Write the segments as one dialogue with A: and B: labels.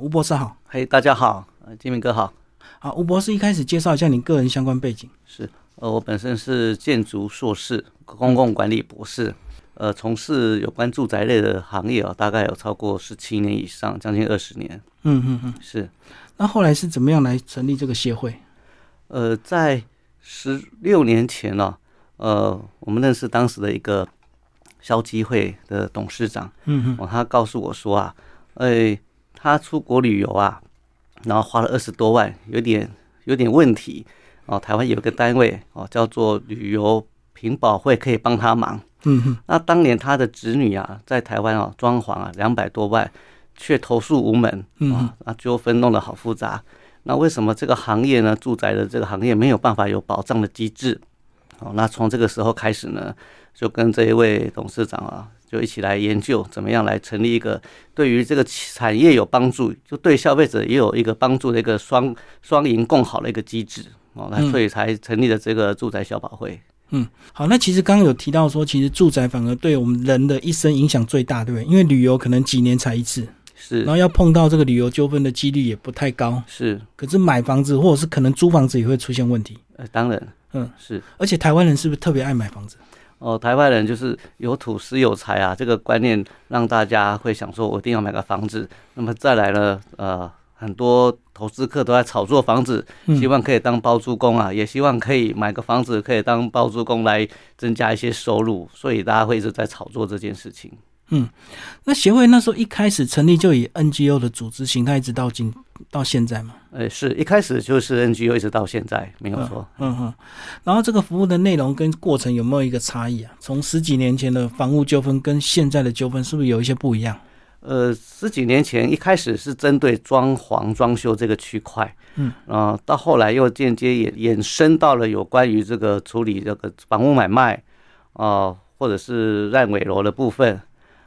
A: 吴博士好，
B: 嘿、大家好，呃，金明哥好，
A: 啊，吴博士一开始介绍一下你个人相关背景。
B: 是，呃，我本身是建筑硕士，公共管理博士，呃，从事有关住宅类的行业啊、大概有超过十七年以上，将近二十年。
A: 嗯嗯嗯，
B: 是，
A: 那后来是怎么样来成立这个协会？
B: 呃，在十六年前呢、呃，我们认识当时的一个消基会的董事长，
A: 嗯
B: 哦，他告诉我说啊，哎，他出国旅游啊，然后花了二十多万，有点有点问题哦。台湾有一个单位哦，叫做旅游评保会，可以帮他忙。
A: 嗯嗯
B: 那当年他的侄女啊，在台湾啊装潢啊两百多万，却投诉无门
A: 嗯嗯
B: 啊，那纠纷弄得好复杂。那为什么这个行业呢，住宅的这个行业没有办法有保障的机制？哦，那从这个时候开始呢，就跟这一位董事长啊，就一起来研究怎么样来成立一个对于这个产业有帮助，就对消费者也有一个帮助的一个双双赢共好的一个机制哦，那
A: 嗯
B: 所以才成立了这个住宅消保会。
A: 嗯，好，那其实刚刚有提到说，其实住宅反而对我们人的一生影响最大，对不对？因为旅游可能几年才一次，
B: 是
A: 然后要碰到这个旅游纠纷的几率也不太高。
B: 是，
A: 可是买房子或者是可能租房子也会出现问题，
B: 呃，当然，
A: 嗯，
B: 是。
A: 而且台湾人是不是特别爱买房子？
B: 哦，台湾人就是有土是有财啊，这个观念让大家会想说，我一定要买个房子。那么再来呢，呃，很多投资客都在炒作房子，
A: 嗯
B: 希望可以当包租公啊，也希望可以买个房子可以当包租公来增加一些收入，所以大家会一直在炒作这件事情。
A: 那协会那时候一开始成立就以 NGO 的组织形态，一直到今到现在嘛。
B: 呃，是一开始就是 NGO 一直到现在没有错。
A: 嗯哼，然后这个服务的内容跟过程有没有一个差异啊？从十几年前的房屋纠纷跟现在的纠纷是不是有一些不一样？
B: 呃，十几年前一开始是针对装潢、装修这个区块，
A: 嗯，
B: 啊、到后来又间接衍衍生到了有关于这个处理这个房屋买卖，啊、或者是烂尾楼的部分，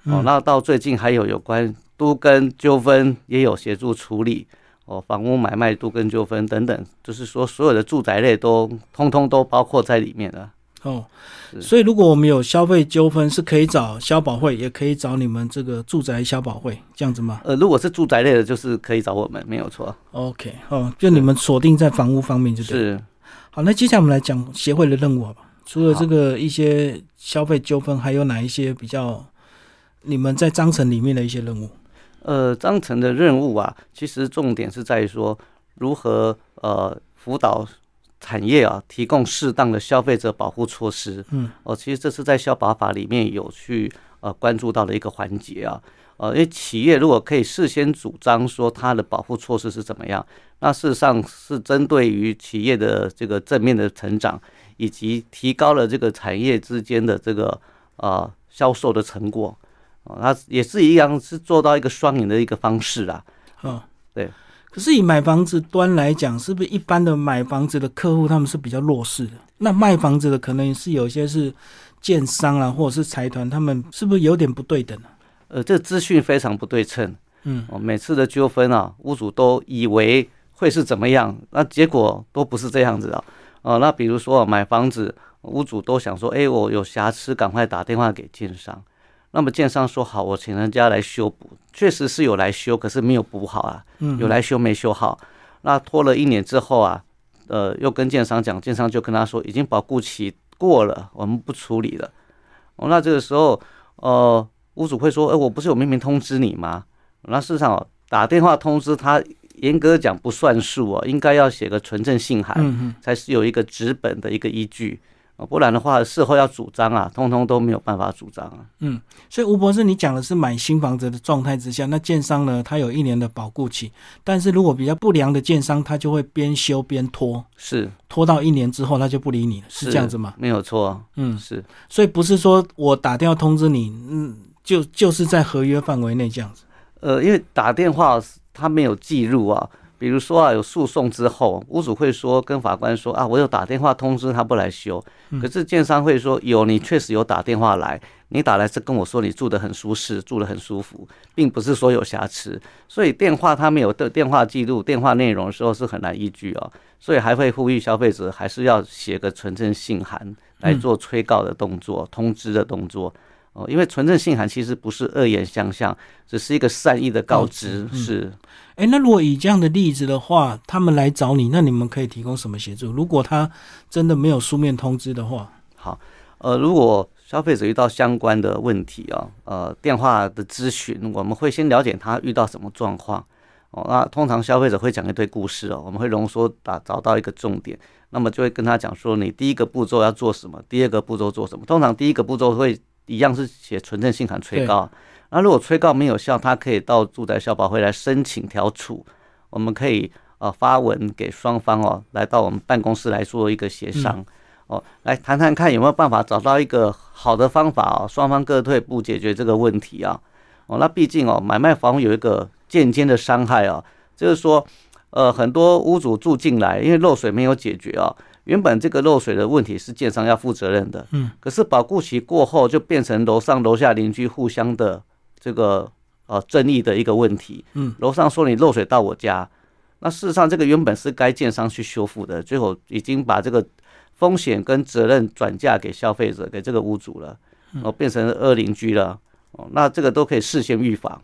B: 哦，那到最近还有有关都跟纠纷也有协助处理，哦，房屋买卖、都跟纠纷等等，就是说所有的住宅类都通通都包括在里面了。
A: 哦，
B: 是
A: 所以如果我们有消费纠纷，是可以找消保会，也可以找你们这个住宅消保会这样子吗
B: 呃，如果是住宅类的，就是可以找我们，没有错，
A: ？OK，哦，就你们锁定在房屋方面就对了。
B: 是。
A: 好，那接下来我们来讲协会的任务好吧？除了
B: 好
A: 这个一些消费纠纷，还有哪一些比较你们在章程里面的一些任务？
B: 呃，章程的任务啊，其实重点是在于说如何呃辅导产业啊，提供适当的消费者保护措施。
A: 嗯，
B: 哦、其实这是在消保法里面有去呃关注到的一个环节啊。呃，因为企业如果可以事先主张说它的保护措施是怎么样，那事实上是针对于企业的这个正面的成长，以及提高了这个产业之间的这个呃销售的成果。哦，那也是一样，是做到一个双赢的一个方式啦。
A: 哦，
B: 对。
A: 可是以买房子端来讲，是不是一般的买房子的客户他们是比较弱势的？那卖房子的可能是有些是建商啦、啊，或者是财团，他们是不是有点不对等、啊、
B: 呃，这资讯非常不对称。
A: 嗯，
B: 哦，每次的纠纷啊，屋主都以为会是怎么样，那结果都不是这样子啊。哦，那比如说买房子，屋主都想说，哎，我有瑕疵，赶快打电话给建商。那么建商说好，我请人家来修补，确实是有来修，可是没有补好啊，
A: 嗯，
B: 有来修没修好。那拖了一年之后啊，呃，又跟建商讲，建商就跟他说已经保固期过了，我们不处理了。哦，那这个时候，呃，屋主会说，哎、我不是有明明通知你吗？那事实上、哦，打电话通知他，严格讲不算数哦，应该要写个存证信函，
A: 嗯嗯，
B: 才是有一个纸本的一个依据。哦不然的话，事后要主张啊，通通都没有办法主张啊。
A: 所以吴博士，你讲的是买新房子的状态之下，那建商呢，他有一年的保固期，但是如果比较不良的建商，他就会边修边拖，
B: 是
A: 拖到一年之后，他就不理你了，是这样子吗？
B: 没有错，
A: 嗯，
B: 是
A: 所以不是说我打电话通知你，嗯，就就是在合约范围内这样子。
B: 呃，因为打电话他没有记录啊。比如说啊，有诉讼之后，屋主会说跟法官说啊，我有打电话通知他不来修，可是建商会说有，你确实有打电话来，你打来是跟我说你住得很舒适，住得很舒服，并不是说有瑕疵，所以电话他没有的电话记录、电话内容的时候是很难依据哦，所以还会呼吁消费者还是要写个存证信函来做催告的动作、通知的动作。哦，因为纯正信函其实不是恶言相向，只是一个善意的告知，
A: 告知嗯
B: 是
A: 哎，那如果以这样的例子的话，他们来找你，那你们可以提供什么协助？如果他真的没有书面通知的话，
B: 好。呃，如果消费者遇到相关的问题啊、哦，呃，电话的咨询，我们会先了解他遇到什么状况。哦，那通常消费者会讲一堆故事哦，我们会浓缩打找到一个重点，那么就会跟他讲说你第一个步骤要做什么，第二个步骤做什么。通常第一个步骤会一样是写纯正信函催告，那如果催告没有效，他可以到住宅消保会来申请调处，我们可以呃发文给双方哦，来到我们办公室来做一个协商。哦，来谈谈看有没有办法找到一个好的方法哦，双方各退一步解决这个问题啊。哦，那毕竟哦，买卖房屋有一个间接的伤害哦，就是说，呃，很多屋主住进来，因为漏水没有解决哦，原本这个漏水的问题是建商要负责任的，
A: 嗯，
B: 可是保固期过后就变成楼上楼下邻居互相的这个呃争议的一个问题，
A: 嗯，
B: 楼上说你漏水到我家，那事实上这个原本是该建商去修复的，最后已经把这个风险跟责任转嫁给消费者，给这个屋主了，哦、变成恶邻居了。哦，那这个都可以事先预防。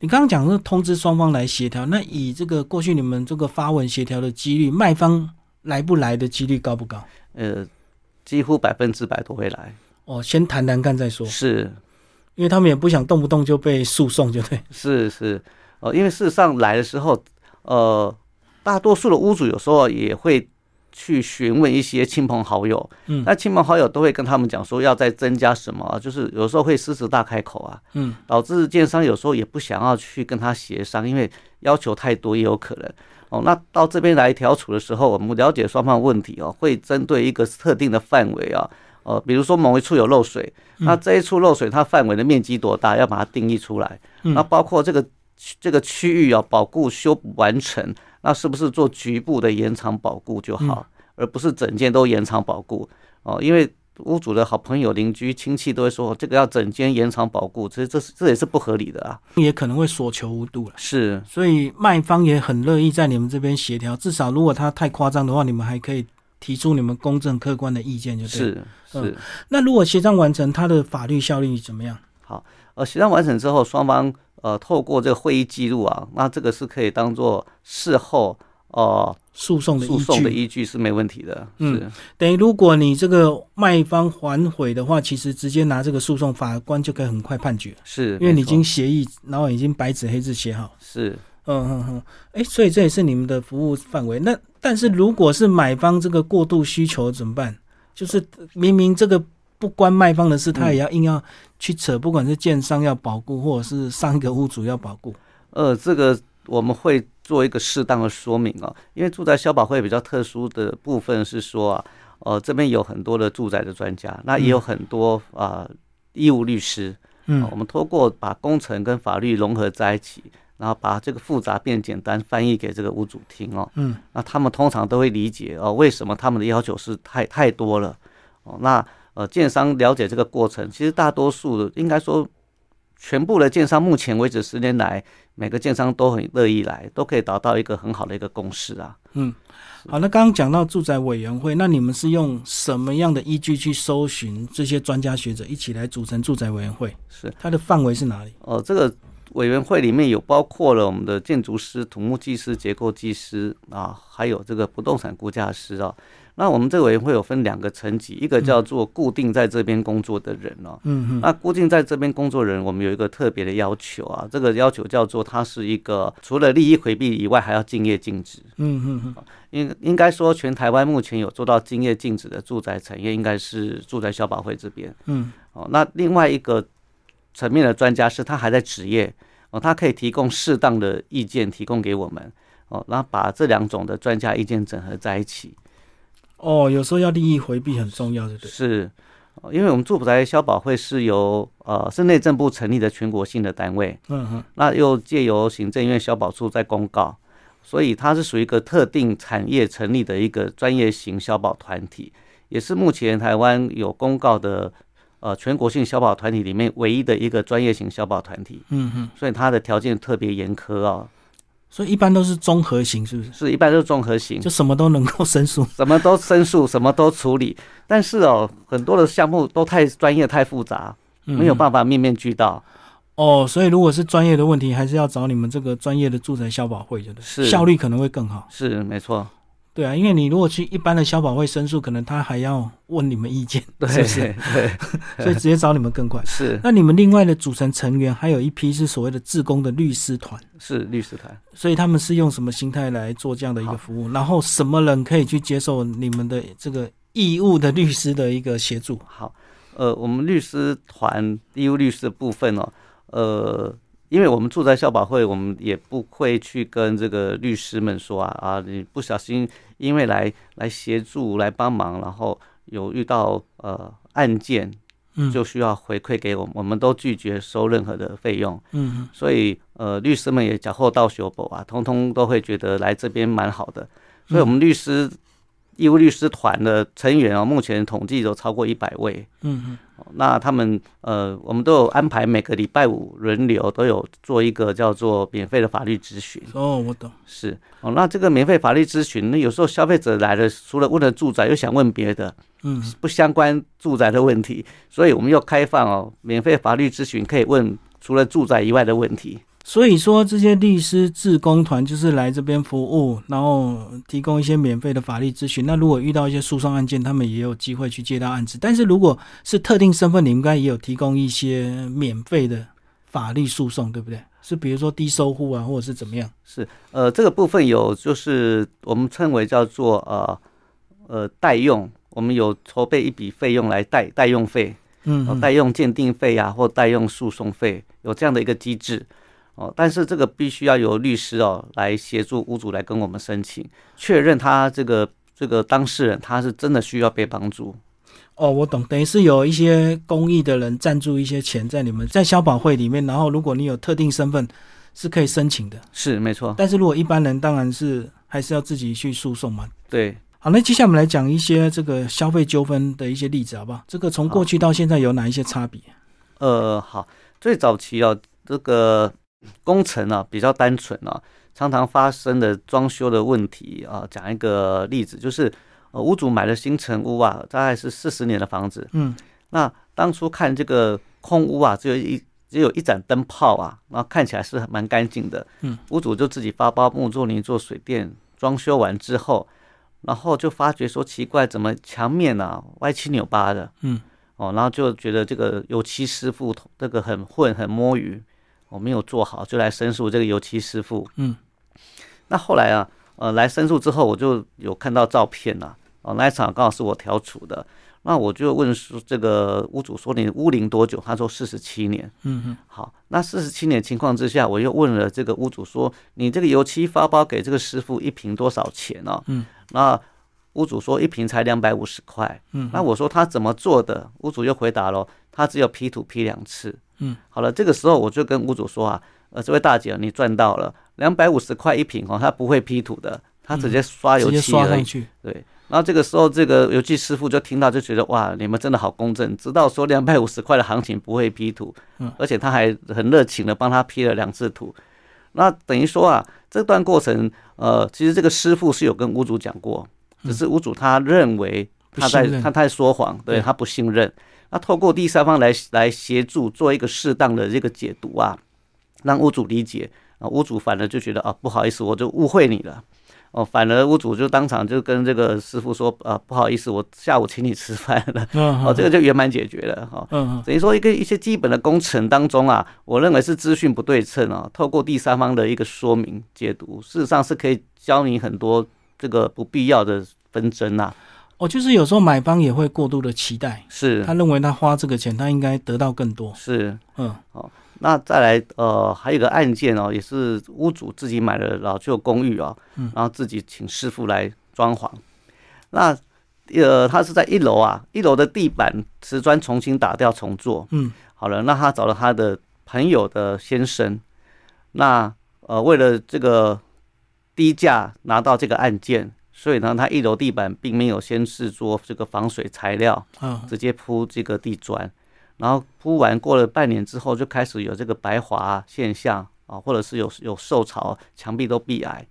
A: 你刚刚讲是通知双方来协调，那以这个过去你们这个发文协调的几率，卖方来不来的几率高不高？
B: 呃，几乎百分之百都会来。
A: 哦，先谈谈看再说，
B: 是
A: 因为他们也不想动不动就被诉讼，就对。
B: 是是，呃，因为事实上来的时候，呃，大多数的屋主有时候也会去询问一些亲朋好友，
A: 嗯
B: 那亲朋好友都会跟他们讲说要再增加什么啊，就是有时候会狮子大开口啊，
A: 嗯，
B: 导致建商有时候也不想要去跟他协商，因为要求太多也有可能。哦，那到这边来调处的时候，我们了解双方问题哦，会针对一个特定的范围啊，呃，比如说某一处有漏水，
A: 嗯
B: 那这一处漏水它范围的面积多大，要把它定义出来。
A: 嗯
B: 那包括这个这个区域啊，保固修补完成，那是不是做局部的延长保固就好，
A: 嗯
B: 而不是整件都延长保固哦？因为屋主的好朋友、邻居、亲戚都会说，哦这个要整间延长保固，其实这是这也是不合理的啊。
A: 也可能会所求无度了。
B: 是
A: 所以卖方也很乐意在你们这边协调，至少如果他太夸张的话，你们还可以提出你们公正客观的意见，就对了。
B: 是
A: 嗯
B: 是，
A: 那如果协商完成，它的法律效力怎么样？
B: 呃，协商完成之后，双方呃透过这个会议记录啊，那这个是可以当做事后呃
A: 诉讼的
B: 诉
A: 依
B: 讼的
A: 据，
B: 依据是没问题的。
A: 嗯
B: 是
A: 等于如果你这个卖方还悔的话，其实直接拿这个诉讼，法官就可以很快判决，
B: 是，
A: 因为你
B: 没
A: 已
B: 错
A: 经协议，然后已经白纸黑字写好。
B: 是
A: 嗯嗯嗯，哎，所以这也是你们的服务范围。那但是如果是买方这个过度需求怎么办？就是明明这个不关卖方的事，他也要硬要去扯，不管是建商要保固，或者是上一个屋主要保固。
B: 呃，这个我们会做一个适当的说明哦，因为住宅消保会比较特殊的部分是说啊，呃，这边有很多的住宅的专家，那也有很多啊、义务律师、哦
A: 嗯
B: 我们透过把工程跟法律融合在一起，然后把这个复杂变简单，翻译给这个屋主听哦，
A: 嗯，
B: 那他们通常都会理解哦，为什么他们的要求是太太多了哦。那呃，建商了解这个过程，其实大多数的应该说，全部的建商目前为止十年来，每个建商都很乐意来，都可以达到一个很好的一个共识啊。
A: 好，那刚刚讲到住宅委员会，那你们是用什么样的依据去搜寻这些专家学者一起来组成住宅委员会？
B: 是
A: 它的范围是哪里？
B: 哦、这个委员会里面有包括了我们的建筑师、土木技师、结构技师啊，还有这个不动产估价师啊。那我们这个委员会有分两个层级，一个叫做固定在这边工作的人哦、
A: 嗯嗯
B: 那固定在这边工作人，我们有一个特别的要求啊，这个要求叫做他是一个除了利益回避以外，还要敬业尽职。
A: 嗯嗯嗯，
B: 应应该说，全台湾目前有做到敬业尽职的住宅产业，应该是住宅消保会这边。
A: 嗯，
B: 哦，那另外一个层面的专家是他还在职业哦，他可以提供适当的意见提供给我们哦，那把这两种的专家意见整合在一起。
A: 哦，有时候要利益回避很重要，对不对？
B: 是，哦因为我们住宅消保会是由呃是内政部成立的全国性的单位。
A: 嗯嗯
B: 那又借由行政院消保处在公告，所以它是属于一个特定产业成立的一个专业型消保团体，也是目前台湾有公告的呃全国性消保团体里面唯一的一个专业型消保团体，
A: 嗯嗯，
B: 所以它的条件特别严苛哦，
A: 所以一般都是综合型，是不是？
B: 是一般都是综合型
A: 就。什么都能够申诉。
B: 什么都申诉，什么都处理，但是哦，很多的项目都太专业、太复杂，
A: 嗯
B: 没有办法面面俱到。
A: 哦，所以如果是专业的问题，还是要找你们这个专业的住宅消保会，就是效率可能会更好。
B: 是没错，
A: 对啊，因为你如果去一般的消保会申诉，可能他还要问你们意见，
B: 对
A: 是不 是？
B: 对
A: 所以直接找你们更快。
B: 是
A: 那你们另外的组成成员还有一批是所谓的自工的律师团，
B: 是律师团。
A: 所以他们是用什么心态来做这样的一个服务？然后什么人可以去接受你们的这个义务的律师的一个协助？
B: 好，呃，我们律师团义务律师的部分哦，呃，因为我们住宅消保会，我们也不会去跟这个律师们说啊啊，你不小心因为来来协助来帮忙，然后有遇到呃案件
A: 嗯，
B: 就需要回馈给我们，我们都拒绝收任何的费用。
A: 嗯
B: 所以呃，律师们也讲厚道修补啊，通通都会觉得来这边蛮好的。所以我们律师、义务律师团的成员啊、目前统计都超过一百位。
A: 嗯嗯
B: 哦那他们呃，我们都有安排每个礼拜五轮流都有做一个叫做免费的法律咨询。
A: 嗯，哦，我懂。
B: 是哦，那这个免费法律咨询，那有时候消费者来了，除了问了住宅，又想问别的
A: 嗯，
B: 不相关住宅的问题，所以我们又开放哦，免费法律咨询可以问除了住宅以外的问题。
A: 所以说这些律师志工团就是来这边服务，然后提供一些免费的法律咨询。那如果遇到一些诉讼案件，他们也有机会去接到案子。但是如果是特定身份，你们应该也有提供一些免费的法律诉讼，对不对？是比如说低收户啊，或者是怎么样？
B: 呃，这个部分有就是我们称为叫做呃呃代用，我们有筹备一笔费用来代代用费，
A: 嗯
B: 哦，
A: 嗯
B: 代用鉴定费啊，或代用诉讼费，有这样的一个机制。哦，但是这个必须要由律师哦来协助屋主来跟我们申请，确认他这个这个当事人他是真的需要被帮助。
A: 哦，我懂，等于是有一些公益的人赞助一些钱在你们在消保会里面，然后如果你有特定身份是可以申请的，
B: 是，没错，
A: 但是如果一般人当然是还是要自己去诉讼嘛，
B: 对。
A: 好，那接下来我们来讲一些这个消费纠纷的一些例子，好不好？这个从过去到现在有哪一些差别？
B: 呃，好，最早期哦，这个工程啊比较单纯啊，常常发生的装修的问题啊，讲一个例子，就是呃屋主买了新城屋啊，大概是四十年的房子，
A: 嗯，
B: 那当初看这个空屋啊，只有一只有一盏灯泡啊，然后看起来是蛮干净的。
A: 嗯，
B: 屋主就自己发包木做泥做水电，装修完之后，然后就发觉说奇怪，怎么墙面啊歪七扭八的？
A: 嗯，
B: 哦，然后就觉得这个油漆师傅这个很混很摸鱼，我、没有做好，就来申诉这个油漆师傅。
A: 嗯，
B: 那后来啊，呃，来申诉之后，我就有看到照片啊，哦，那一场刚好是我调处的。那我就问说，这个屋主说你屋龄多久？他说四十七年。
A: 嗯嗯，
B: 好，那四十七年情况之下，我又问了这个屋主说，你这个油漆发包给这个师傅一瓶多少钱哦？
A: 嗯，
B: 那屋主说一瓶才两百五十块。
A: 嗯，
B: 那我说他怎么做的？屋主又回答了，他只有批土批两次。
A: 嗯，
B: 好了，这个时候我就跟屋主说啊，呃，这位大姐，你赚到了两百五十块一瓶哦，他不会批土的，他直接刷油
A: 直接
B: 漆
A: 刷
B: 而已
A: 上。去，
B: 对，然后这个时候，这个油漆师傅就听到就觉得哇，你们真的好公正，知道说两百五十块的行情不会批土，
A: 嗯
B: 而且他还很热情的帮他批了两次土。那等于说啊，这段过程，呃，其实这个师傅是有跟屋主讲过，只是屋主他认为他在
A: 嗯不信任
B: 他在说谎，对
A: 对
B: 他不信任。那透过第三方来来协助做一个适当的这个解读啊，让屋主理解啊，屋主反而就觉得啊，不好意思，我就误会你了。哦，反而屋主就当场就跟这个师傅说，啊，不好意思，我下午请你吃饭了。
A: 嗯，
B: 哦，这个就圆满解决了。哦，
A: 嗯
B: 等于说一个一些基本的工程当中啊，我认为是资讯不对称啊，透过第三方的一个说明解读，事实上是可以教你很多这个不必要的纷争啊。
A: 嗯，哦，就是有时候买方也会过度的期待，
B: 是
A: 他认为他花这个钱，他应该得到更多，
B: 是，
A: 嗯
B: 那再来，呃，还有一个案件哦，也是屋主自己买了老旧公寓哦，然后自己请师傅来装潢。那呃，他是在一楼啊，一楼的地板瓷砖重新打掉重做。
A: 嗯，
B: 好了，那他找了他的朋友的先生，那呃，为了这个低价拿到这个案件，所以呢，他一楼地板并没有先试做这个防水材料，
A: 嗯
B: 直接铺这个地砖，然后铺完过了半年之后，就开始有这个白滑现象啊，或者是有有受潮，墙壁都壁癌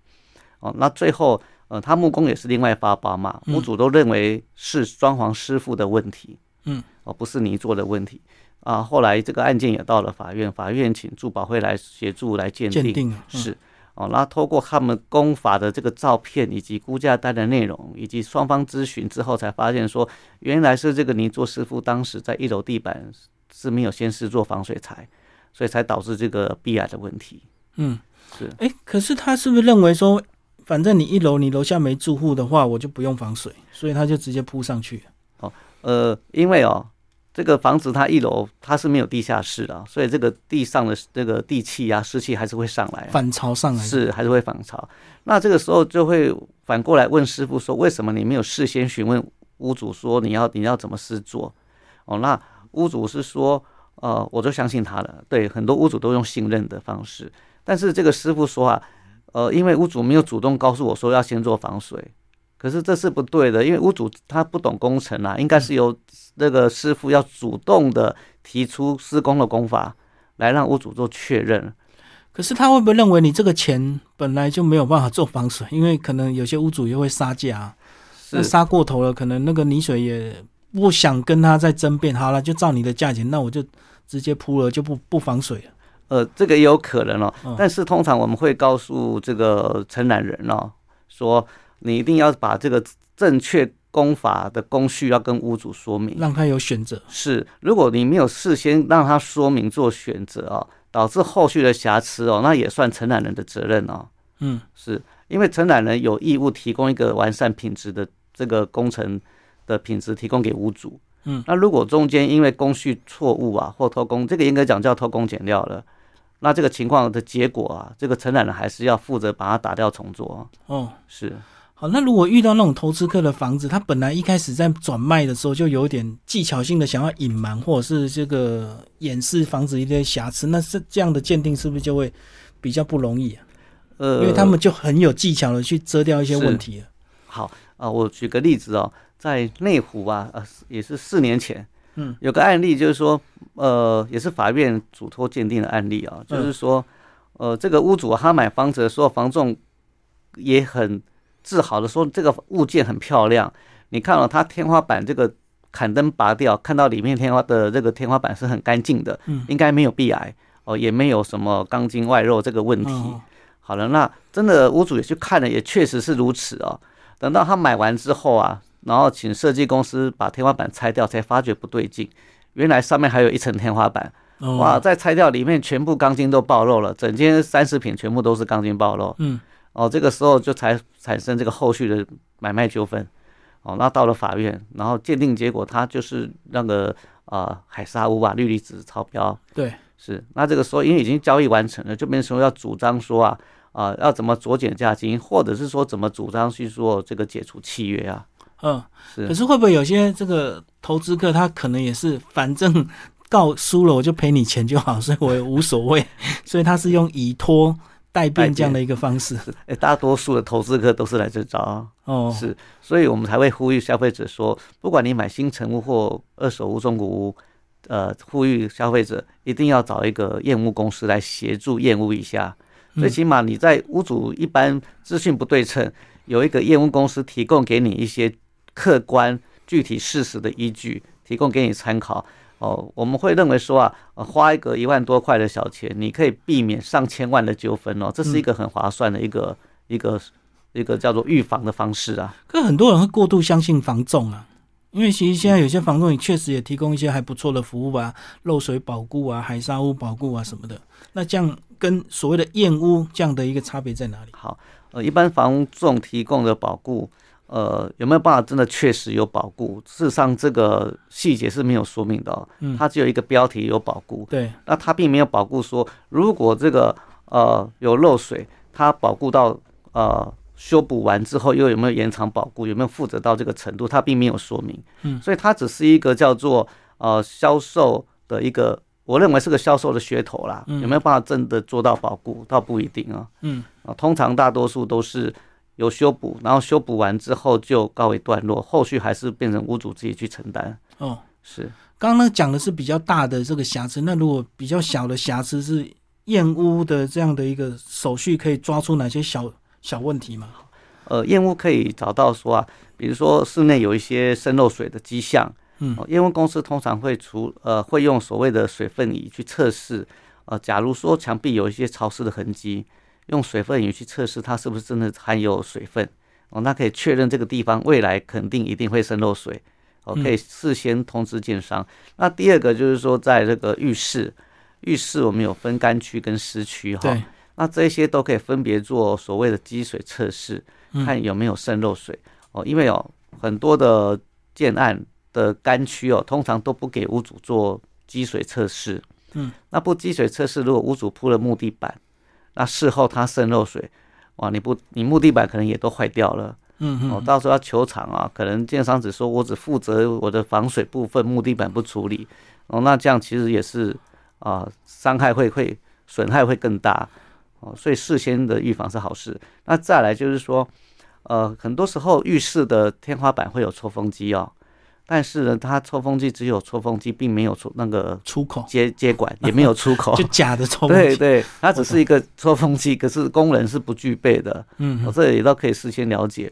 B: 哦。那最后，呃，他木工也是另外发包嘛，
A: 嗯
B: 屋主都认为是装潢师傅的问题，
A: 嗯，
B: 哦，不是泥做的问题。啊，后来这个案件也到了法院，法院请住保会来协助来鉴定，
A: 鉴定嗯
B: 是哦。那透过他们公法的这个照片以及估价单的内容，以及双方咨询之后，才发现说原来是这个泥作师傅当时在一楼地板是没有先施做防水材，所以才导致这个壁癌的问题。
A: 嗯，
B: 是
A: 哎、可是他是不是认为说，反正你一楼你楼下没住户的话，我就不用防水，所以他就直接铺上去。
B: 呃，因为哦，这个房子它一楼它是没有地下室的啊，所以这个地上的这个地气啊、湿气还是会上来啊、
A: 反潮上来。
B: 是还是会反潮。那这个时候就会反过来问师傅说，为什么你没有事先询问屋主说你要你要怎么施做？哦，那屋主是说，呃，我就相信他了。对，很多屋主都用信任的方式，但是这个师傅说啊，呃，因为屋主没有主动告诉我说要先做防水。可是这是不对的，因为屋主他不懂工程啊，应该是由那个师傅要主动的提出施工的工法，来让屋主做确认。
A: 可是他会不会认为你这个钱本来就没有办法做防水？因为可能有些屋主也会杀价、啊，那
B: 是
A: 杀过头了，可能那个泥水也不想跟他再争辩，好了，就照你的价钱，那我就直接铺了，就不不防水了。
B: 呃，这个也有可能哦
A: 嗯。
B: 但是通常我们会告诉这个承揽人哦，说你一定要把这个正确工法的工序要跟屋主说明。
A: 让他有选择。
B: 是，如果你没有事先让他说明做选择哦，导致后续的瑕疵哦，那也算承揽人的责任哦。
A: 嗯，
B: 是因为承揽人有义务提供一个完善品质的这个工程的品质提供给屋主。
A: 嗯，
B: 那如果中间因为工序错误啊，或偷工，这个应该讲叫偷工减料了。那这个情况的结果啊，这个承揽人还是要负责把它打掉重做哦。
A: 哦，
B: 是
A: 好，那如果遇到那种投资客的房子，他本来一开始在转卖的时候就有点技巧性的想要隐瞒或者是这个掩饰房子一些瑕疵，那这这样的鉴定是不是就会比较不容易、啊？
B: 呃，
A: 因为他们就很有技巧的去遮掉一些问题了。
B: 好啊、我举个例子哦，在内湖啊，呃，也是四年前，
A: 嗯，
B: 有个案例就是说，呃，也是法院嘱托鉴定的案例啊，
A: 嗯
B: 就是说，呃，这个屋主啊他买房子的时候，房仲也很自豪的说这个物件很漂亮，你看了、他天花板这个砍灯拔掉，看到里面天花的这个天花板是很干净的，
A: 嗯
B: 应该没有壁癌哦，也没有什么钢筋外露这个问题。
A: 哦
B: 好了，那真的屋主也去看了，也确实是如此哦。等到他买完之后啊，然后请设计公司把天花板拆掉，才发觉不对劲，原来上面还有一层天花板。
A: 哦
B: 哇，再拆掉，里面全部钢筋都暴露了，整间三十平全部都是钢筋暴露。
A: 嗯，
B: 哦，这个时候就才产生这个后续的买卖纠纷。哦，那到了法院，然后鉴定结果，他就是那个呃海砂屋啊，氯离子超标，
A: 对，
B: 是，那这个时候因为已经交易完成了，就变成说要主张说啊啊、要怎么酌减价金，或者是说怎么主张去做这个解除契约啊？
A: 嗯，
B: 是
A: 可是会不会有些这个投资客他可能也是反正告输了我就赔你钱就好，所以我也无所 谓，所以他是用以拖代变这样的一个方式。
B: 诶哎大多数的投资客都是来这招啊，
A: 哦，
B: 是，所以我们才会呼吁消费者说，不管你买新成屋或二手屋、中古屋，呃，呼吁消费者一定要找一个验屋公司来协助验屋一下。最
A: 嗯
B: 起码你在屋主一般资讯不对称，有一个验屋公司提供给你一些客观、具体事实的依据，提供给你参考。哦，我们会认为说啊，呃花一个一万多块的小钱，你可以避免上千万的纠纷哦，这
A: 嗯
B: 是一个很划算的一个、一个一个叫做预防的方式啊。
A: 可很多人会过度相信房仲啊，因为其实现在有些房仲也确实也提供一些还不错的服务啊，漏水保固啊、海砂屋保固啊什么的。那这样跟所谓的燕屋这样的一个差别在哪里？
B: 好，呃，一般房仲提供的保固，呃，有没有办法真的确实有保固？事实上，这个细节是没有说明的、哦，
A: 嗯
B: 它只有一个标题有保固，
A: 对，
B: 那它并没有保固说，如果这个呃有漏水，它保固到呃修补完之后又有没有延长保固，有没有负责到这个程度，它并没有说明。
A: 嗯
B: 所以它只是一个叫做呃销售的一个，我认为是个销售的噱头啦。
A: 嗯
B: 有没有办法真的做到保固，倒不一定啊。
A: 嗯，
B: 啊，通常大多数都是有修补，然后修补完之后就告一段落，后续还是变成屋主自己去承担。
A: 哦。
B: 是，
A: 刚刚讲的是比较大的这个瑕疵，那如果比较小的瑕疵是验屋的这样的一个手续，可以抓出哪些小小问题吗？
B: 呃，燕屋可以找到说啊，比如说室内有一些渗漏水的迹象，
A: 嗯
B: 哦，验屋公司通常会除呃会用所谓的水分仪去测试，呃，假如说墙壁有一些潮湿的痕迹，用水分仪去测试它是不是真的含有水分，哦，那可以确认这个地方未来肯定一定会渗漏水，哦，
A: 嗯
B: 可以事先通知建商。那第二个就是说，在这个浴室，浴室我们有分干区跟湿区哈，
A: 对，
B: 那这些都可以分别做所谓的积水测试，
A: 嗯
B: 看有没有渗漏水、哦。因为有、很多的建案的干区哦，通常都不给屋主做积水测试。
A: 嗯，
B: 那不积水测试，如果屋主铺了木地板，那事后它渗漏水，哇，你不你木地板可能也都坏掉了。
A: 嗯嗯，
B: 哦，到时候要球场啊，可能建商只说我只负责我的防水部分，木地板不处理，哦，那这样其实也是啊、伤害会会损害会更大，哦，所以事先的预防是好事。那再来就是说，呃，很多时候浴室的天花板会有抽风机哦，但是呢，它抽风机只有抽风机，并没有出那个
A: 出口，
B: 接接管，也没有出 口
A: 就假的 抽
B: 哦对
A: 风机，
B: 对，它只是一个抽风机，可是功能是不具备的。
A: 嗯
B: 我
A: 嗯
B: 这里都可以事先了解。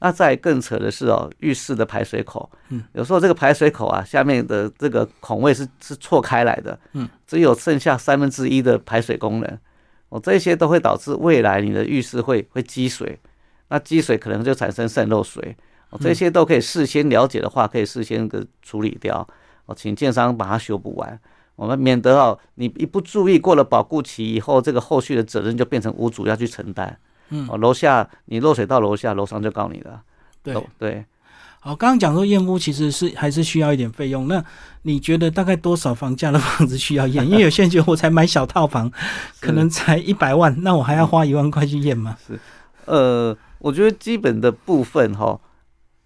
B: 那再更扯的是哦，浴室的排水口，
A: 嗯，
B: 有时候这个排水口啊，下面的这个孔位是是错开来的，
A: 嗯，
B: 只有剩下三分之一的排水功能，哦，这些都会导致未来你的浴室会会积水，那积水可能就产生渗漏水，哦，这
A: 嗯
B: 些都可以事先了解的话，可以事先的处理掉，哦，请建商把它修补完，我们免得哦，你一不注意过了保固期以后，这个后续的责任就变成屋主要去承担。
A: 嗯
B: 哦，楼下你漏水到楼下，楼上就告你了。
A: 对。
B: 楼对，
A: 好，刚刚讲说验屋其实是还是需要一点费用。那你觉得大概多少房价的房子需要验？因为有些人觉得我才买小套 房，可能才一百万，那我还要花一万块去验吗？
B: 呃，我觉得基本的部分哈，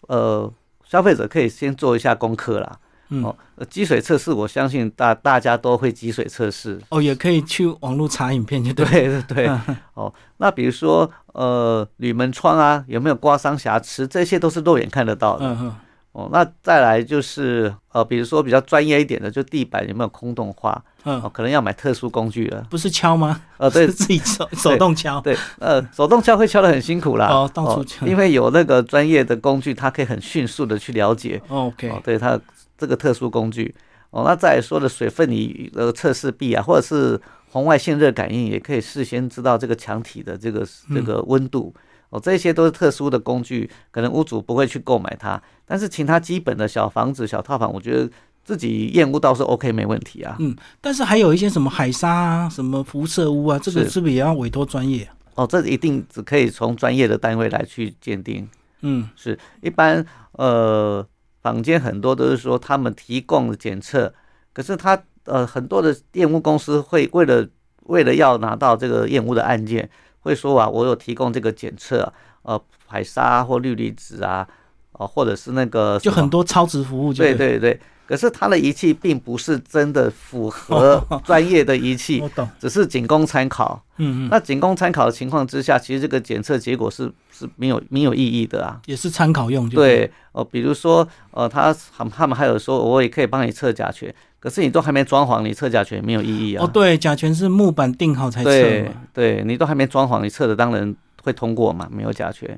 B: 呃，消费者可以先做一下功课啦。
A: 嗯，
B: 哦，呃积水测试，我相信大大家都会积水测试。
A: 哦，也可以去网络查影片，就对
B: 对
A: 了。
B: 对 对，哦，那比如说呃，铝门窗啊，有没有刮伤瑕疵，这些都是肉眼看得到的。
A: 嗯嗯，
B: 哦，那再来就是呃，比如说比较专业一点的，就地板有没有空洞化，哦，
A: 嗯，
B: 可能要买特殊工具了。
A: 不是敲吗？
B: 呃，对
A: 是，自己手手动敲。
B: 对，呃，手动敲会敲得很辛苦啦。
A: 哦到处敲
B: 因为有那个专业的工具，它可以很迅速的去了解。
A: OK，
B: 哦，对，它有这个特殊工具。哦，那再来说的水分仪呃测试壁啊，或者是红外线热感应，也可以事先知道这个墙体的这个这个温度。哦，这些都是特殊的工具，可能屋主不会去购买它，但是其他基本的小房子、小套房，我觉得自己验屋倒是 OK 没问题啊。
A: 但是还有一些什么海沙啊、什么辐射屋啊，这个
B: 是
A: 是不是也要委托专业啊？
B: 哦，这一定只可以从专业的单位来去鉴定。
A: 嗯
B: 是一般呃，坊间很多都是说他们提供的检测，可是他呃很多的验屋公司会为了为了要拿到这个验屋的案件，会说啊，我有提供这个检测，呃，海沙啊或氯离子啊，哦、或者是那个
A: 就
B: 什么
A: 很多超值服务就
B: 对
A: 对
B: 对对，可是他的仪器并不是真的符合
A: 哦
B: 专业的仪
A: 了，
B: 器
A: 我，懂。
B: 只是仅供参考。
A: 哦嗯嗯，
B: 那仅供参考的情况之下，其实这个检测结果是是没有没有意义的啊。
A: 也是参考用就了。
B: 对，哦，比如说，呃，他他他们还有说，哦我也可以帮你测甲醛，可是你都还没装潢，你测甲醛没有意义啊。
A: 哦，对，甲醛是木板定好才测
B: 对
A: 嘛。
B: 对，你都还没装潢，你测的当然会通过嘛，没有甲醛。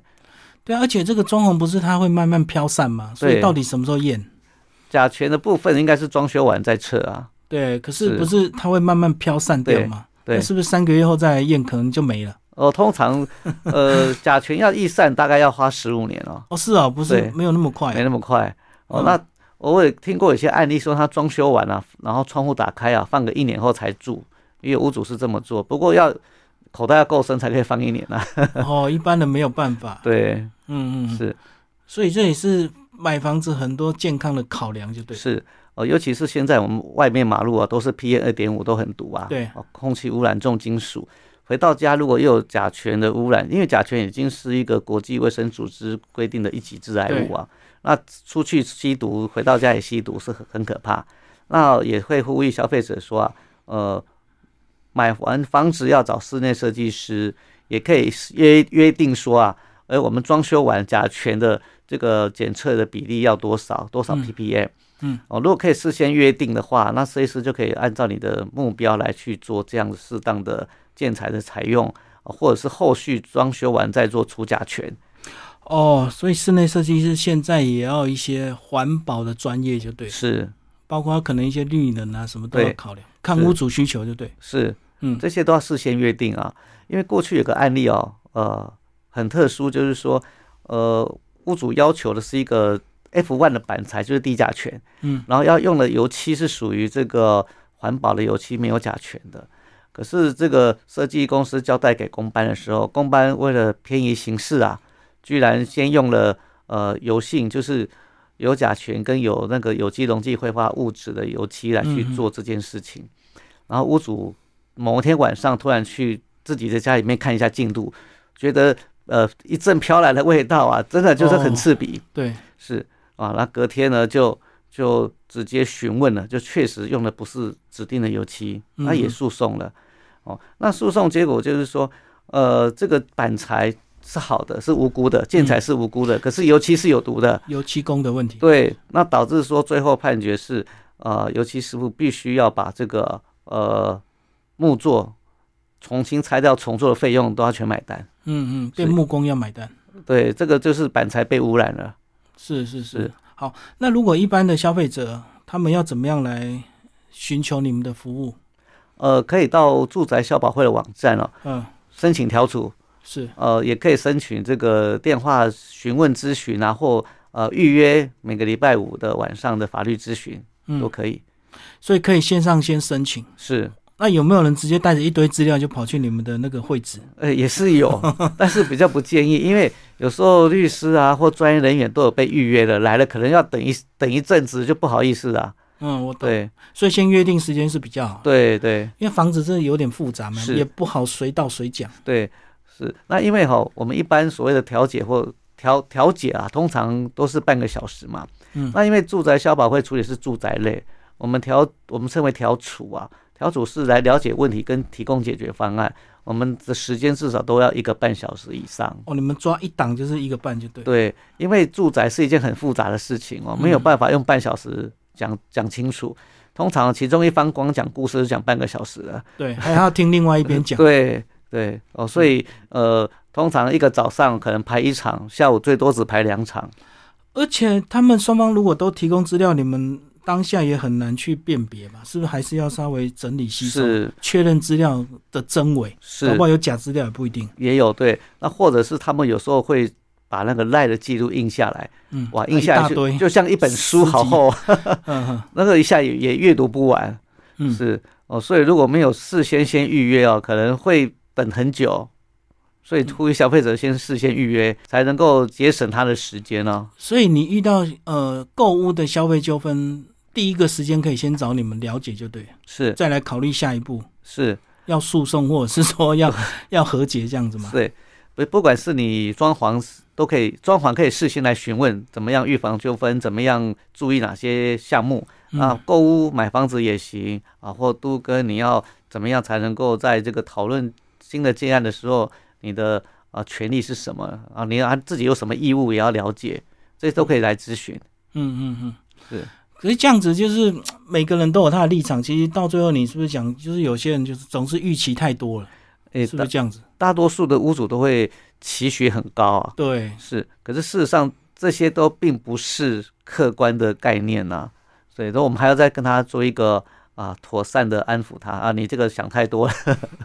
A: 对啊，而且这个装潢不是它会慢慢飘散嘛，所以
B: 对
A: 到底什么时候验？
B: 甲醛的部分应该是装修完再测啊。
A: 对，可是
B: 是
A: 不是它会慢慢飘散掉
B: 对
A: 嘛？
B: 对
A: 那是不是三个月后再来验，可能就没了？
B: 哦，通常，呃，甲醛要易散大概要花十五年哦，
A: 哦，是啊，不是
B: 对
A: 没有那么
B: 没
A: 快。
B: 那么快。哦，
A: 嗯
B: 那我也听过有些案例说，他装修完了、啊然后窗户打开啊，放个一年后才住，因为屋主是这么做，不过要口袋要够深才可以放一年啊。
A: 哦，一般人没有办法。
B: 对，
A: 嗯嗯，嗯
B: 是。
A: 所以这也是买房子很多健康的考量，就对。
B: 是哦，尤其是现在我们外面马路啊都是 PM 二点五都很毒啊，
A: 对
B: 哦，空气污染重金属。回到家如果又有甲醛的污染，因为甲醛已经是一个国际卫生组织规定的一级致癌物啊，那出去吸毒，回到家也吸毒是很很可怕。那也会呼吁消费者说啊，呃，买完房子要找室内设计师，也可以约约定说啊，而我们装修完甲醛的这个检测的比例要多少多少
A: 嗯
B: ppm，
A: 嗯
B: 哦，如果可以事先约定的话，那设计师就可以按照你的目标来去做这样的适当的建材的采用，哦或者是后续装修完再做除甲醛，
A: 哦，所以室内设计师现在也要一些环保的专业，就对了，
B: 是
A: 包括可能一些绿能啊，什么都要
B: 对
A: 考量，看屋主需求就对。
B: 是，
A: 嗯
B: 这些都要事先约定啊。因为过去有个案例哦，呃，很特殊，就是说，呃，屋主要求的是一个 F one 的板材，就是地甲权，
A: 嗯，
B: 然后要用的油漆是属于这个环保的油漆，没有甲醛的。可是这个设计公司交代给工班的时候，工班为了偏移形式啊，居然先用了呃油性，就是有甲醛跟有那个有机溶剂挥发物质的油漆来去
A: 嗯嗯
B: 做这件事情。然后屋主某天晚上突然去自己在家里面看一下进度，觉得呃一阵飘来的味道啊，真的就是很
A: 哦
B: 刺鼻。
A: 对，
B: 是啊，那隔天呢就就直接询问了，就确实用的不是指定的油漆，那也
A: 嗯
B: 诉讼了。哦，那诉讼结果就是说，呃，这个板材是好的，是无辜的，建材是无辜的，可是油漆是有毒的。
A: 油漆工的问题。
B: 对，那导致说最后判决是，呃，油漆师傅必须要把这个呃木作重新拆掉重做的费用都要全买单。
A: 嗯嗯，对，
B: 是
A: 木工要买单。
B: 对，这个就是板材被污染了。
A: 是是是
B: 是。
A: 好，那如果一般的消费者，他们要怎么样来寻求你们的服务？
B: 呃，可以到住宅消保会的网站哦，
A: 嗯，
B: 申请调处，
A: 是
B: 呃，也可以申请这个电话询问咨询啊，或呃预约每个礼拜五的晚上的法律咨询都
A: 嗯，
B: 可以。
A: 所以可以线上先申请。
B: 是，
A: 那有没有人直接带着一堆资料就跑去你们的那个会址？
B: 呃，也是有， 但是比较不建议，因为有时候律师啊或专业人员都有被预约了，来了可能要等一等一阵子，就不好意思啊。
A: 嗯，我懂。
B: 对
A: 所以先约定时间是比较好，
B: 对对
A: 因为房子真的有点复杂嘛，
B: 是
A: 也不好随到随讲。
B: 对，是。那因为哈，我们一般所谓的调解或调调解啊，通常都是半个小时嘛。
A: 嗯
B: 那因为住宅消保会处理是住宅类，我们调我们称为调处啊，调处是来了解问题跟提供解决方案，我们的时间至少都要一个半小时以上。
A: 哦，你们抓一档就是一个半就对。
B: 对，因为住宅是一件很复杂的事情哦，没有
A: 嗯
B: 办法用半小时讲讲清楚。通常其中一方光讲故事就讲半个小时了。
A: 对，还要听另外一边讲。
B: 呃对对哦，所以呃，通常一个早上可能排一场，下午最多只排两场。
A: 而且他们双方如果都提供资料，你们当下也很难去辨别嘛，是不是？还是要稍微整理吸收，
B: 是
A: 确认资料的真伪，搞
B: 是
A: 不，好有假资料也不一定。
B: 也有对，那或者是他们有时候会把那个赖的记录印下来，
A: 嗯，
B: 哇，印
A: 一
B: 下
A: 大
B: 来就
A: 堆。
B: 就像一本书
A: 十
B: 好
A: 几
B: 厚啊，
A: 嗯哼
B: 那个一下也也阅读不完，
A: 嗯，
B: 是哦，所以如果没有事先先预约哦，可能会等很久，所
A: 嗯
B: 以呼吁消费者先事先预约，才能够节省他的时间哦。
A: 所以你遇到呃购物的消费纠纷，第一个时间可以先找你们了解就对了，
B: 是
A: 再来考虑下一步
B: 是，
A: 要诉讼或者是说 要要和解这样子嘛。
B: 对，不不管是你装潢都可以，装潢可以事先来询问怎么样预防纠纷，怎么样注意哪些项目。
A: 嗯
B: 啊，购物买房子也行啊，或都跟你要怎么样才能够在这个讨论新的建案的时候，你的啊权利是什么啊？你啊自己有什么义务也要了解，这些都可以来咨询。
A: 嗯嗯嗯，
B: 是。
A: 可是这样子就是嗯每个人都有他的立场，其实到最后你是不是讲，就是有些人就是总是预期太多了，
B: 诶、
A: 是不是这样子？
B: 大大多数的屋主都会期许很高啊，
A: 对，
B: 是，可是事实上这些都并不是客观的概念呐、所以说我们还要再跟他做一个啊妥善的安抚他啊，你这个想太多了，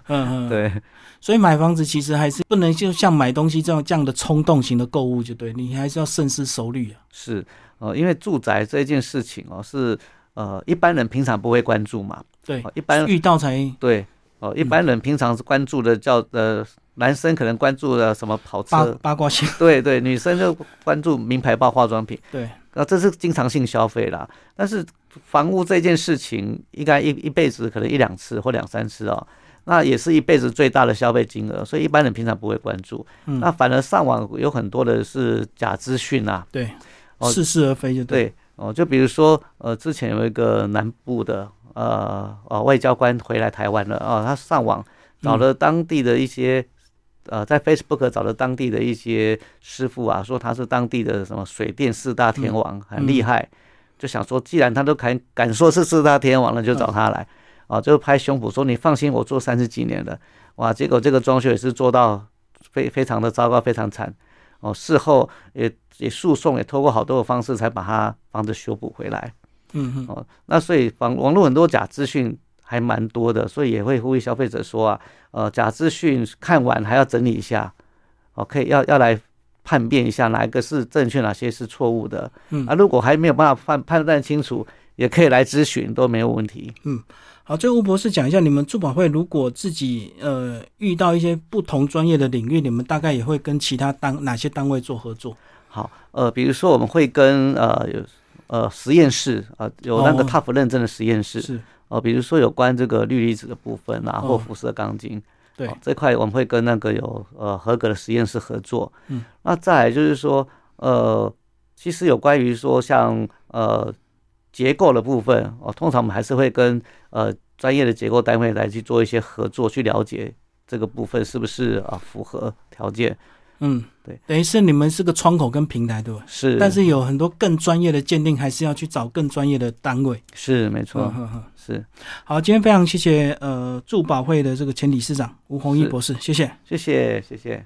A: 嗯嗯，。
B: 对。
A: 所以买房子其实还是不能就像买东西这样这样的冲动型的购物，就对你还是要深思熟虑啊。
B: 是，呃，因为住宅这件事情哦，是呃一般人平常不会关注嘛，
A: 对
B: 哦，一般
A: 遇到才
B: 对，哦，一般人平常是关注的叫呃，男生可能关注的什么跑
A: 八
B: 车，
A: 八卦性。
B: 对对，女生就关注名牌包、化妆品，
A: 对，
B: 那、这是经常性消费啦。但是房屋这件事情，应该一一辈子可能一两次或两三次哦。那也是一辈子最大的消费金额，所以一般人平常不会关注。
A: 嗯
B: 那反而上网有很多的是假资讯啊，
A: 对，
B: 哦
A: 似是而非就对。
B: 对哦，就比如说呃，之前有一个南部的呃呃外交官回来台湾了啊、他上网找了当地的一些、呃，在 Facebook 找了当地的一些师傅啊，说他是当地的什么水电四大天王，很厉害，就想说既然他都敢敢说是四大天王了，就找他来。啊，就拍胸脯说你放心，我做三十几年了，哇！结果这个装修也是做到非非常的糟糕，非常惨，哦，事后也也诉讼也透过好多的方式才把它房子修补回来。
A: 嗯嗯
B: 哦，那所以网网络很多假资讯还蛮多的，所以也会呼吁消费者说啊，呃，假资讯看完还要整理一下，哦，可以要要来判辨一下哪一个是正确，哪些是错误的。
A: 嗯
B: 啊，如果还没有办法判判断清楚，也可以来咨询，都没有问题。
A: 好，最后吴博士讲一下，你们珠宝会如果自己呃遇到一些不同专业的领域，你们大概也会跟其他单哪些单位做合作？
B: 好，呃，比如说我们会跟呃有呃实验室啊、呃有那个
A: 哦
B: TOF 认证的实验室
A: 是
B: 哦、比如说有关这个氯离子的部分啊，
A: 哦
B: 或辐射钢筋，
A: 对
B: 哦这块我们会跟那个有呃合格的实验室合作。
A: 嗯，
B: 那再来就是说，呃，其实有关于说像呃结构的部分哦，通常我们还是会跟呃专业的结构单位来去做一些合作，去了解这个部分是不是啊、符合条件。
A: 嗯，
B: 对，
A: 等于是你们是个窗口跟平台，对吧？
B: 是，
A: 但是有很多更专业的鉴定，还是要去找更专业的单位。
B: 是没错，
A: 嗯哼哼。
B: 是。
A: 好，今天非常谢谢呃，珠宝会的这个前理事长吴宏毅
B: 是
A: 博士，谢谢。
B: 谢谢，谢谢。